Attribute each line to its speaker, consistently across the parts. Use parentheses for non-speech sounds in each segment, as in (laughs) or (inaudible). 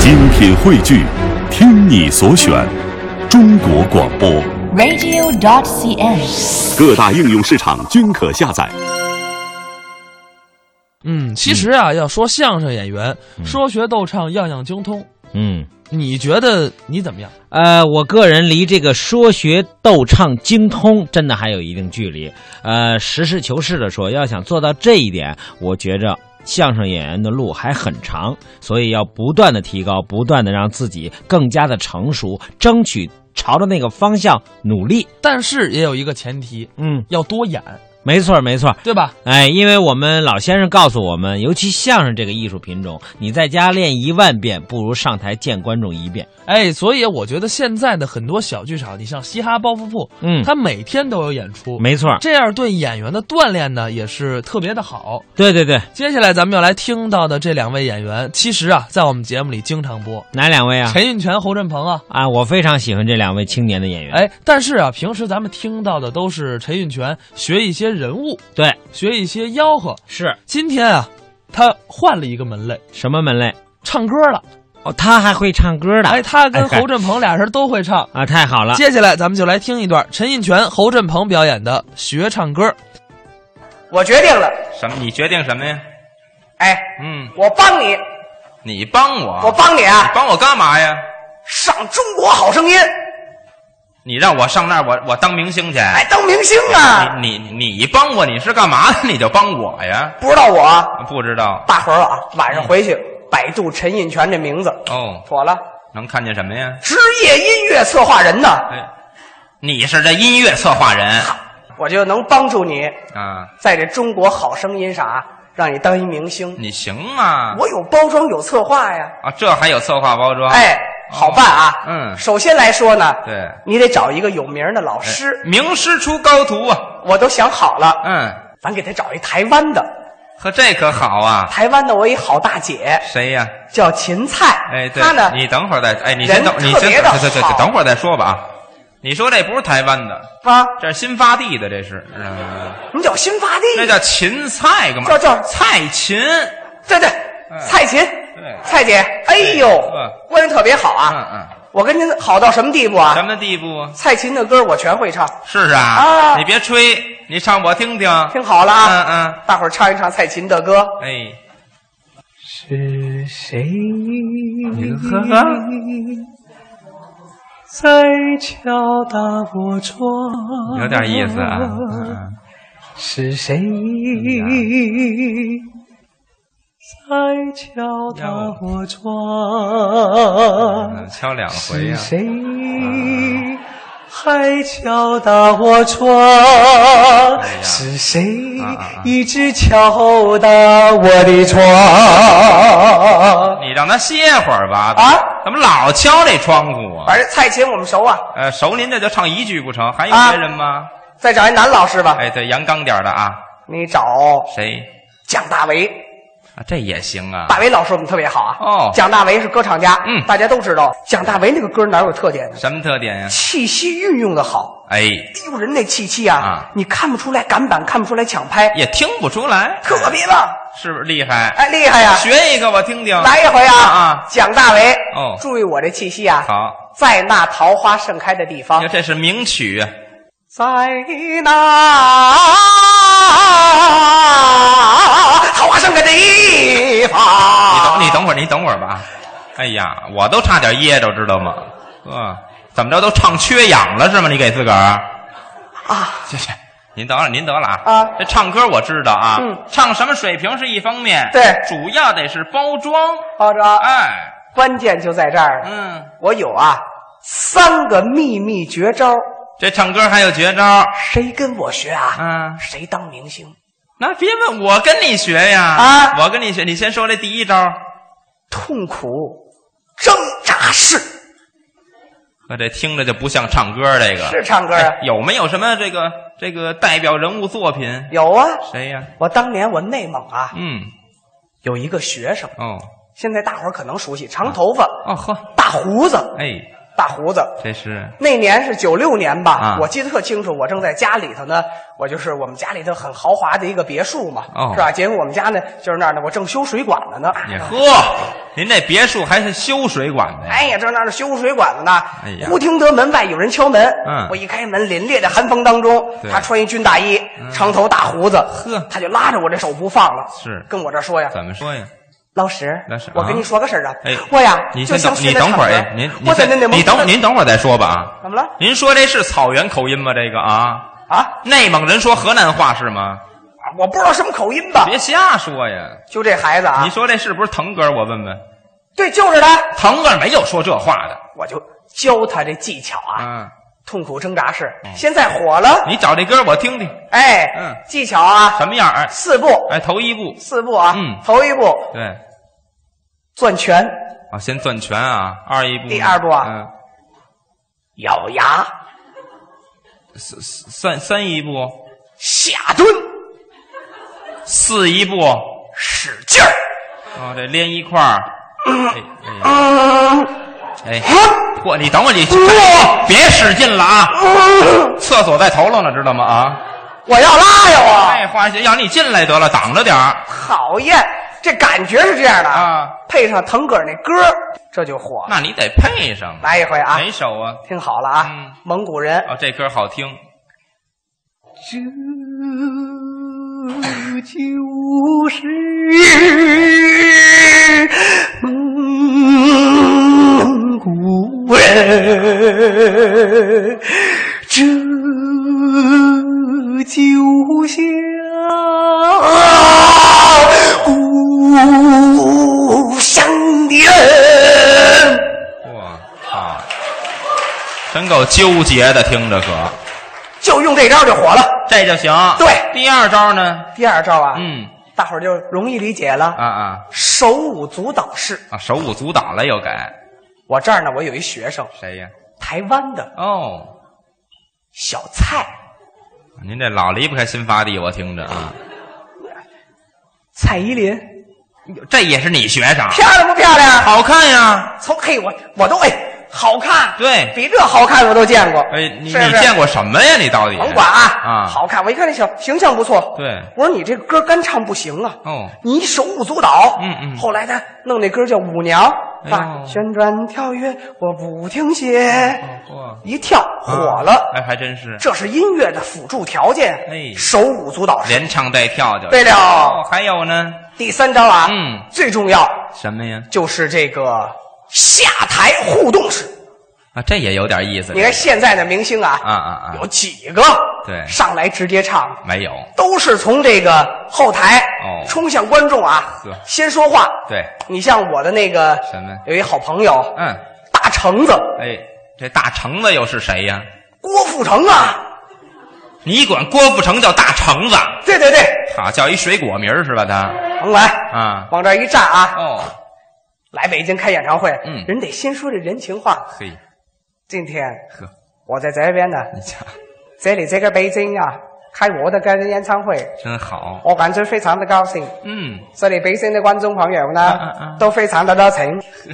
Speaker 1: 精品汇聚，听你所选，中国广播。
Speaker 2: radio.cn。
Speaker 1: 各大应用市场均可下载。
Speaker 3: 嗯，其实啊，要说相声演员，说学逗唱样样精通。
Speaker 4: 嗯，
Speaker 3: 你觉得你怎么样？
Speaker 4: 呃，我个人离这个说学逗唱精通真的还有一定距离。呃，实事求是的说，要想做到这一点，我觉着相声演员的路还很长，所以要不断的提高，不断的让自己更加的成熟，争取朝着那个方向努力。
Speaker 3: 但是也有一个前提，
Speaker 4: 嗯，
Speaker 3: 要多演，
Speaker 4: 没错儿，没错儿。
Speaker 3: 对吧？
Speaker 4: 哎，因为我们老先生告诉我们，尤其相声这个艺术品种，你在家练一万遍，不如上台见观众一遍。
Speaker 3: 哎，所以我觉得现在的很多小剧场，你像嘻哈包袱铺，
Speaker 4: 嗯，
Speaker 3: 它每天都有演出，
Speaker 4: 没错儿，
Speaker 3: 这样对演员的锻炼呢也是特别的好。
Speaker 4: 对对对，
Speaker 3: 接下来咱们要来听到的这两位演员，其实啊，在我们节目里经常播，
Speaker 4: 哪两位啊？
Speaker 3: 陈印泉、侯振鹏啊。
Speaker 4: 啊，我非常喜欢这两位青年的演员。，
Speaker 3: 哎，但是啊，平时咱们听到的都是陈印泉学一些人物，
Speaker 4: 对，
Speaker 3: 学一些吆喝。
Speaker 4: 是
Speaker 3: 今天啊，他换了一个门类，
Speaker 4: 什么门类？
Speaker 3: 唱歌了。
Speaker 4: 哦，他还会唱歌的。
Speaker 3: 哎，他跟
Speaker 4: 哎
Speaker 3: 侯振鹏俩人都会唱。
Speaker 4: 啊，太好了。
Speaker 3: 接下来咱们就来听一段陈印泉、侯振鹏表演的学唱歌。
Speaker 5: 我决定了，
Speaker 6: 什么？你决定什么呀？
Speaker 5: 哎，
Speaker 6: 嗯，
Speaker 5: 我帮你，
Speaker 6: 你帮我，
Speaker 5: 我帮你
Speaker 6: 你
Speaker 5: 啊，
Speaker 6: 帮我干嘛呀？
Speaker 5: 上《中国好声音》，
Speaker 6: 你让我上那儿，我我当明星去。
Speaker 5: 哎，当明星啊！
Speaker 6: 你你你你帮我，你是干嘛的？你就帮我呀？
Speaker 5: 不知道我啊，
Speaker 6: 不知道
Speaker 5: 大伙儿啊，晚上回去
Speaker 6: 嗯
Speaker 5: 百度陈印泉这名字，
Speaker 6: 哦，
Speaker 5: 妥了，
Speaker 6: 能看见什么呀？
Speaker 5: 职业音乐策划人呢，
Speaker 6: 哎，你是这音乐策划人
Speaker 5: 我就能帮助你
Speaker 6: 啊？
Speaker 5: 在这《中国好声音》上啊，让你当一明星。
Speaker 6: 你行吗？
Speaker 5: 我有包装，有策划呀，
Speaker 6: 啊，这还有策划包装？，
Speaker 5: 哎，好办啊。
Speaker 6: 啊哦嗯
Speaker 5: 首先来说呢，
Speaker 6: 对，
Speaker 5: 你得找一个有名儿的老师，
Speaker 6: 哎名师出高徒啊。
Speaker 5: 我都想好了，
Speaker 6: 嗯，
Speaker 5: 咱给他找一台湾的。
Speaker 6: 呵，这可好啊。
Speaker 5: 台湾的我有一好大姐
Speaker 6: 谁呀？
Speaker 5: 叫芹菜，
Speaker 6: 哎，对
Speaker 5: 她呢，
Speaker 6: 你等会儿再，哎，你
Speaker 5: 人
Speaker 6: 先等，你
Speaker 5: 特
Speaker 6: 先
Speaker 5: 别
Speaker 6: 等，
Speaker 5: 的
Speaker 6: 对对
Speaker 5: 好
Speaker 6: 对，等会儿再说吧啊。你说这不是台湾的，
Speaker 5: 啊，
Speaker 6: 这是新发地的，这是，嗯，
Speaker 5: 你叫新发地，
Speaker 6: 那叫芹菜干嘛？
Speaker 5: 叫叫
Speaker 6: 蔡琴，
Speaker 5: 对对，蔡琴，
Speaker 6: 嗯对
Speaker 5: 蔡姐，哎呦
Speaker 6: 嗯，
Speaker 5: 关系特别好
Speaker 6: 嗯
Speaker 5: 啊，
Speaker 6: 嗯，
Speaker 5: 我跟您好到什么地步
Speaker 6: 什
Speaker 5: 啊？
Speaker 6: 么地步啊？
Speaker 5: 蔡琴的歌我全会唱，
Speaker 6: 是啊，
Speaker 5: 啊
Speaker 6: 你别吹，你唱我听听，
Speaker 5: 听好了
Speaker 6: 嗯
Speaker 5: 啊，
Speaker 6: 嗯，
Speaker 5: 大伙儿唱一唱蔡琴的歌。
Speaker 6: 哎，
Speaker 5: 是谁嗯
Speaker 6: 呵呵
Speaker 5: 在敲打我窗？
Speaker 6: (laughs) 有点意思啊，哎嗯
Speaker 5: 是谁在敲
Speaker 6: 打
Speaker 5: 我窗
Speaker 6: 嗯，敲两回呀，
Speaker 5: 谁还敲打我窗
Speaker 6: 哎呀
Speaker 5: 谁
Speaker 6: 啊啊啊
Speaker 5: 直敲打我的窗？
Speaker 6: 你让他歇会儿吧，
Speaker 5: 啊，哎
Speaker 6: 怎么老敲这窗户啊？
Speaker 5: 反正蔡琴我们熟啊，
Speaker 6: 呃，熟您这就唱一句不成，还有
Speaker 5: 啊
Speaker 6: 别人吗？
Speaker 5: 再找一男老师吧。
Speaker 6: 哎，对，阳刚点儿的啊，
Speaker 5: 你找
Speaker 6: 谁？
Speaker 5: 蒋大为，
Speaker 6: 啊，这也行啊。
Speaker 5: 大为老师我们特别好啊。
Speaker 6: 哦
Speaker 5: 蒋大为是歌唱家，
Speaker 6: 嗯
Speaker 5: 大家都知道。蒋大为那个歌哪有特点呢？
Speaker 6: 什么特点呀、
Speaker 5: 气息运用的好，
Speaker 6: 哎，
Speaker 5: 丢人那气息啊，
Speaker 6: 啊
Speaker 5: 你看不出来赶板，看不出来抢拍，
Speaker 6: 也听不出来，
Speaker 5: 特别棒。
Speaker 6: 是不是厉害？
Speaker 5: 哎，厉害呀、
Speaker 6: 学一个我听听。
Speaker 5: 来一回啊！
Speaker 6: 啊，
Speaker 5: 蒋大为，
Speaker 6: 哦
Speaker 5: 注意我这气息啊！
Speaker 6: 好，
Speaker 5: 在那桃花盛开的地
Speaker 6: 你
Speaker 5: 方
Speaker 6: 看，这是名曲啊，
Speaker 5: 在那桃花盛开的地
Speaker 6: 你等
Speaker 5: 方。
Speaker 6: 你等会儿，你等会儿吧。哎呀，我都差点噎着，知道吗？啊，怎么着都唱缺氧了是吗？你给自个儿
Speaker 5: 啊，
Speaker 6: 这这，您得了，您得了啊！
Speaker 5: 啊
Speaker 6: 这唱歌我知道啊，
Speaker 5: 嗯
Speaker 6: 唱什么水平是一方面，
Speaker 5: 对啊
Speaker 6: 主要得是包装。
Speaker 5: 包装，
Speaker 6: 哎，
Speaker 5: 关键就在这儿呢。
Speaker 6: 嗯，
Speaker 5: 我有啊三个秘密绝招，
Speaker 6: 这唱歌还有绝招，
Speaker 5: 谁跟我学啊，
Speaker 6: 嗯
Speaker 5: 谁当明星。
Speaker 6: 那别问我跟你学呀！
Speaker 5: 啊
Speaker 6: 我跟你学，你先说这第一招。
Speaker 5: 痛苦挣扎式
Speaker 6: 我这听着就不像唱歌，这个
Speaker 5: 是唱歌啊
Speaker 6: 哎有没有什么这个这个代表人物作品？
Speaker 5: 有啊，
Speaker 6: 谁呀？
Speaker 5: 我当年我内蒙啊
Speaker 6: 嗯，
Speaker 5: 有一个学生，
Speaker 6: 哦
Speaker 5: 现在大伙儿可能熟悉，长头发，
Speaker 6: 哦呵，
Speaker 5: 大胡子，
Speaker 6: 哎，
Speaker 5: 大胡子。
Speaker 6: 这是
Speaker 5: 那年是九六年吧，
Speaker 6: 啊
Speaker 5: 我记得特清楚。我正在家里头呢，我就是我们家里头很豪华的一个别墅嘛，
Speaker 6: 哦
Speaker 5: 是吧？结果我们家呢就是那儿呢，我正修水管了呢。
Speaker 6: 你呵，您这别墅还是修水管的呀？
Speaker 5: 哎呀，正那儿修水管子呢，
Speaker 6: 哎呀
Speaker 5: 忽听得门外有人敲门。
Speaker 6: 嗯
Speaker 5: 我一开门，凛冽的寒风当中，
Speaker 6: 对嗯
Speaker 5: 他穿一军大衣，长头大胡子，
Speaker 6: 呵
Speaker 5: 他就拉着我这手不放了，
Speaker 6: 是
Speaker 5: 跟我这说呀，
Speaker 6: 怎么说呀？
Speaker 5: 老石，
Speaker 6: 老石
Speaker 5: 我
Speaker 6: 啊
Speaker 5: 跟你说个事儿啊，
Speaker 6: 哎，
Speaker 5: 我呀，
Speaker 6: 你
Speaker 5: 就
Speaker 6: 先
Speaker 5: 想学
Speaker 6: 等，你
Speaker 5: 那
Speaker 6: 等会儿，
Speaker 5: 唱歌
Speaker 6: 哎，您你
Speaker 5: 我在
Speaker 6: 先
Speaker 5: 那那蒙
Speaker 6: 你
Speaker 5: 古
Speaker 6: 等
Speaker 5: 的
Speaker 6: 您等会儿再说吧啊。
Speaker 5: 怎么了
Speaker 6: 您说这是草原口音吗？这个啊，
Speaker 5: 啊？
Speaker 6: 内蒙人说河南话是吗？
Speaker 5: 我不知道什么口音吧？
Speaker 6: (laughs) 别瞎说呀！
Speaker 5: 就这孩子啊
Speaker 6: 你，说这是不是腾哥？我问问，
Speaker 5: 对，就是他，
Speaker 6: 腾哥没有说这话的。
Speaker 5: 我就教他这技巧啊，
Speaker 6: 啊，
Speaker 5: 痛苦挣扎式，现在火了，
Speaker 6: 你找这歌我听听
Speaker 5: 哎，
Speaker 6: 嗯
Speaker 5: 技巧啊，
Speaker 6: 什么样？哎
Speaker 5: 四步，
Speaker 6: 哎，头一步，
Speaker 5: 四步啊，
Speaker 6: 嗯
Speaker 5: 头一步
Speaker 6: 对，
Speaker 5: 攥拳，
Speaker 6: 啊，先攥拳啊，二一步呢，
Speaker 5: 第二步啊
Speaker 6: 嗯，
Speaker 5: 咬牙
Speaker 6: 三三三一步，
Speaker 5: 下蹲，
Speaker 6: 四一步，
Speaker 5: 使劲儿，
Speaker 6: 啊，这连一块儿，哎哎呀
Speaker 5: 嗯，
Speaker 6: 哎，嚯！你等会儿，你别使劲了啊！厕所在头了呢，知道吗？啊！
Speaker 5: 我要拉呀
Speaker 6: 哎，花姐，让你进来得了，挡着点儿
Speaker 5: 我，讨厌，这感觉是这样的
Speaker 6: 啊！
Speaker 5: 配上腾格尔那歌，这就火了。
Speaker 6: 那你得配上，
Speaker 5: 来一回啊，
Speaker 6: 哪首啊？
Speaker 5: 听好了啊
Speaker 6: 嗯，
Speaker 5: 蒙古人
Speaker 6: 啊，这歌好听，
Speaker 5: 这就是蒙古人，这就像故乡的人。
Speaker 6: 哇啊！真够纠结的，听着可，
Speaker 5: 就用这招就火了。
Speaker 6: 这就行。
Speaker 5: 对
Speaker 6: 第二招呢？
Speaker 5: 第二招啊，
Speaker 6: 嗯，
Speaker 5: 大伙儿就容易理解了，
Speaker 6: 啊啊
Speaker 5: 手舞足蹈式。
Speaker 6: 啊！手舞足蹈了又改，
Speaker 5: 我这儿呢，我有一学生，
Speaker 6: 谁呀？
Speaker 5: 台湾的
Speaker 6: 哦，
Speaker 5: 小蔡
Speaker 6: 您这老离不开新发地，我听着啊，
Speaker 5: 蔡依林，
Speaker 6: 这也是你学生，
Speaker 5: 漂亮不漂亮？
Speaker 6: 好看呀。
Speaker 5: 从嘿，我我都哎，好看，
Speaker 6: 对
Speaker 5: 比这好看我都见过。
Speaker 6: 哎，你
Speaker 5: 是不是啊
Speaker 6: 你见过什么呀？你到底
Speaker 5: 甭管啊
Speaker 6: 啊，
Speaker 5: 好看。我一看这小形象不错，
Speaker 6: 对
Speaker 5: 我说你这歌干唱不行啊，
Speaker 6: 哦，
Speaker 5: 你手舞足蹈。
Speaker 6: 嗯嗯
Speaker 5: 后来他弄那歌叫《舞娘》
Speaker 6: 哎呦
Speaker 5: 啊，旋转跳跃，我不停歇，
Speaker 6: 哦嚯，
Speaker 5: 一跳火了。
Speaker 6: 啊哎，还真是
Speaker 5: 这是音乐的辅助条件，
Speaker 6: 哎
Speaker 5: 手舞足蹈。
Speaker 6: 连唱带跳就
Speaker 5: 对
Speaker 6: 哦，
Speaker 5: 了，
Speaker 6: 还有呢，
Speaker 5: 第三招啊，
Speaker 6: 嗯，
Speaker 5: 最重要
Speaker 6: 什么呀？
Speaker 5: 就是这个下台互动式。
Speaker 6: 啊，这也有点意思。
Speaker 5: 你看现在的明星啊，
Speaker 6: 啊啊啊
Speaker 5: 有几个
Speaker 6: 对
Speaker 5: 上来直接唱，
Speaker 6: 没有？
Speaker 5: 都是从这个后台
Speaker 6: 哦
Speaker 5: 冲向观众啊
Speaker 6: 呵，
Speaker 5: 先说话。
Speaker 6: 对，
Speaker 5: 你像我的那个
Speaker 6: 什么
Speaker 5: 有一好朋友
Speaker 6: 嗯，
Speaker 5: 大橙子
Speaker 6: 哎，这大橙子又是谁呀？
Speaker 5: 郭富城啊，
Speaker 6: 你管郭富城叫大橙子，
Speaker 5: 对对对，
Speaker 6: 好叫一水果名儿是吧？他
Speaker 5: 甭管，
Speaker 6: 啊，
Speaker 5: 往这儿一站啊，
Speaker 6: 哦，
Speaker 5: 来北京开演唱会，
Speaker 6: 嗯
Speaker 5: 人得先说这人情话。
Speaker 6: 嘿
Speaker 5: 今天
Speaker 6: 呵，
Speaker 5: 我在这边呢，
Speaker 6: 你瞧，
Speaker 5: 这里这个北京啊，开我的个人演唱会，
Speaker 6: 真好。
Speaker 5: 我感觉非常的高兴。
Speaker 6: 嗯，
Speaker 5: 这里北京的观众朋友呢，
Speaker 6: 啊啊啊
Speaker 5: 都非常的热 (laughs) 情。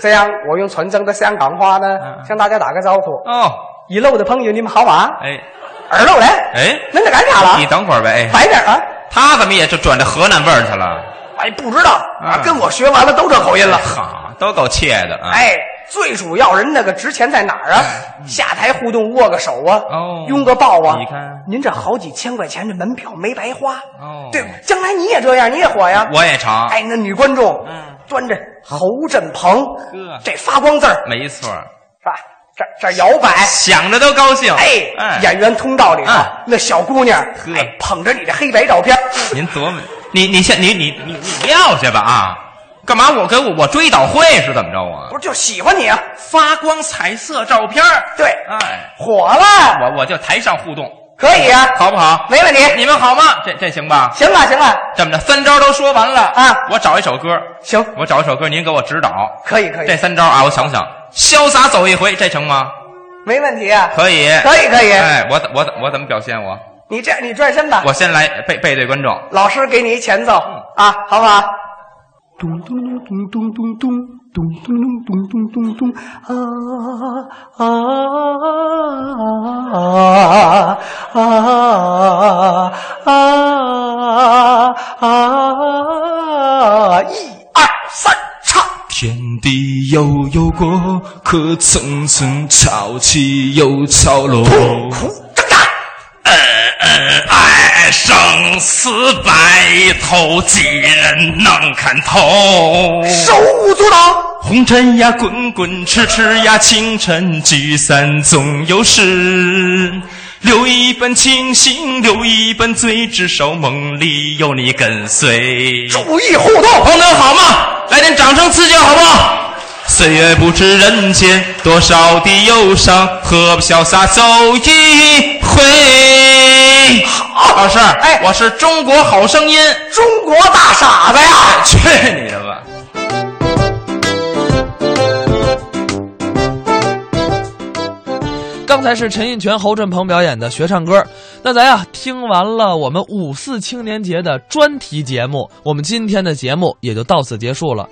Speaker 5: 这样，我用纯正的香港话呢，
Speaker 6: 啊啊
Speaker 5: 向大家打个招呼。
Speaker 6: 哦，
Speaker 5: 一路的朋友，你们好啊吗？
Speaker 6: 哎
Speaker 5: 耳朵嘞，
Speaker 6: 哎，
Speaker 5: 恁在干啥了
Speaker 6: 你？等会儿呗。哎
Speaker 5: 白点啊！
Speaker 6: 他怎么也就转到河南味儿去了？
Speaker 5: 哎，不知道啊
Speaker 6: 啊，
Speaker 5: 跟我学完了都这口音了。
Speaker 6: 好，都够怯的啊！，
Speaker 5: 哎，最主要人那个值钱在哪儿啊？下台互动，握个手啊，
Speaker 6: 哦
Speaker 5: 拥个抱啊。
Speaker 6: 你看
Speaker 5: 您这好几千块钱的门票没白花，
Speaker 6: 哦
Speaker 5: 对，将来你也这样，你也火呀。
Speaker 6: 我也成，
Speaker 5: 哎，那女观众，
Speaker 6: 啊嗯，
Speaker 5: 端着侯振鹏，
Speaker 6: 呵
Speaker 5: 这发光字儿
Speaker 6: 没错儿，
Speaker 5: 是吧？这这摇摆，
Speaker 6: 想着都高兴。
Speaker 5: 哎，
Speaker 6: 哎，
Speaker 5: 演员通道里头
Speaker 6: 嗯
Speaker 5: 那小姑娘，
Speaker 6: 呵
Speaker 5: 哎，捧着你的黑白照片，
Speaker 6: 您琢磨，你你先你你你你撂下吧啊！干嘛我跟我我追悼会是怎么着啊
Speaker 5: 不？是就喜欢你啊？
Speaker 6: 发光彩色照片儿
Speaker 5: 对
Speaker 6: 哎，
Speaker 5: 火了，
Speaker 6: 我我就台上互动，
Speaker 5: 可以啊，
Speaker 6: 好不好？
Speaker 5: 没问题。
Speaker 6: 你们好吗？这这行吧？
Speaker 5: 行了，行了，
Speaker 6: 这么着，三招都说完了
Speaker 5: 啊
Speaker 6: 我找一首歌，
Speaker 5: 行，
Speaker 6: 我找一首歌，您给我指导。
Speaker 5: 可以，可
Speaker 6: 这
Speaker 5: 以，
Speaker 6: 三招啊，我想想，潇洒走一回，这成吗？
Speaker 5: 没问题啊。
Speaker 6: 可以，
Speaker 5: 可以可以
Speaker 6: 哎，我怎我怎我怎么表现我？
Speaker 5: 你这你转身吧，
Speaker 6: 我先来背背对观众。
Speaker 5: 老师给你一前奏啊，好不好？
Speaker 2: 咚咚咚咚咚咚咚，
Speaker 5: 咚咚咚咚咚咚啊啊啊啊啊啊！一二三，唱。
Speaker 6: 天地悠悠过，可层层潮起又潮落。哎
Speaker 7: 爱生死白头，几人能看透？
Speaker 5: 手舞足蹈，
Speaker 6: 红尘呀，滚滚痴痴呀，情尘聚散总有时。留一半清醒，留一半醉，至少梦里有你跟随。
Speaker 5: 注意互动。
Speaker 6: 朋友们好吗？来点掌声刺激好不好？岁月不知人间，多少的忧伤，何不潇洒走一回？好，老师，
Speaker 5: 哎
Speaker 6: 我是中国好声音。
Speaker 5: 中国大傻子呀！
Speaker 6: 去你的吧！
Speaker 3: 刚才是陈印泉、侯振鹏表演的学唱歌。那咱呀，听完了我们五四青年节的专题节目，我们今天的节目也就到此结束了。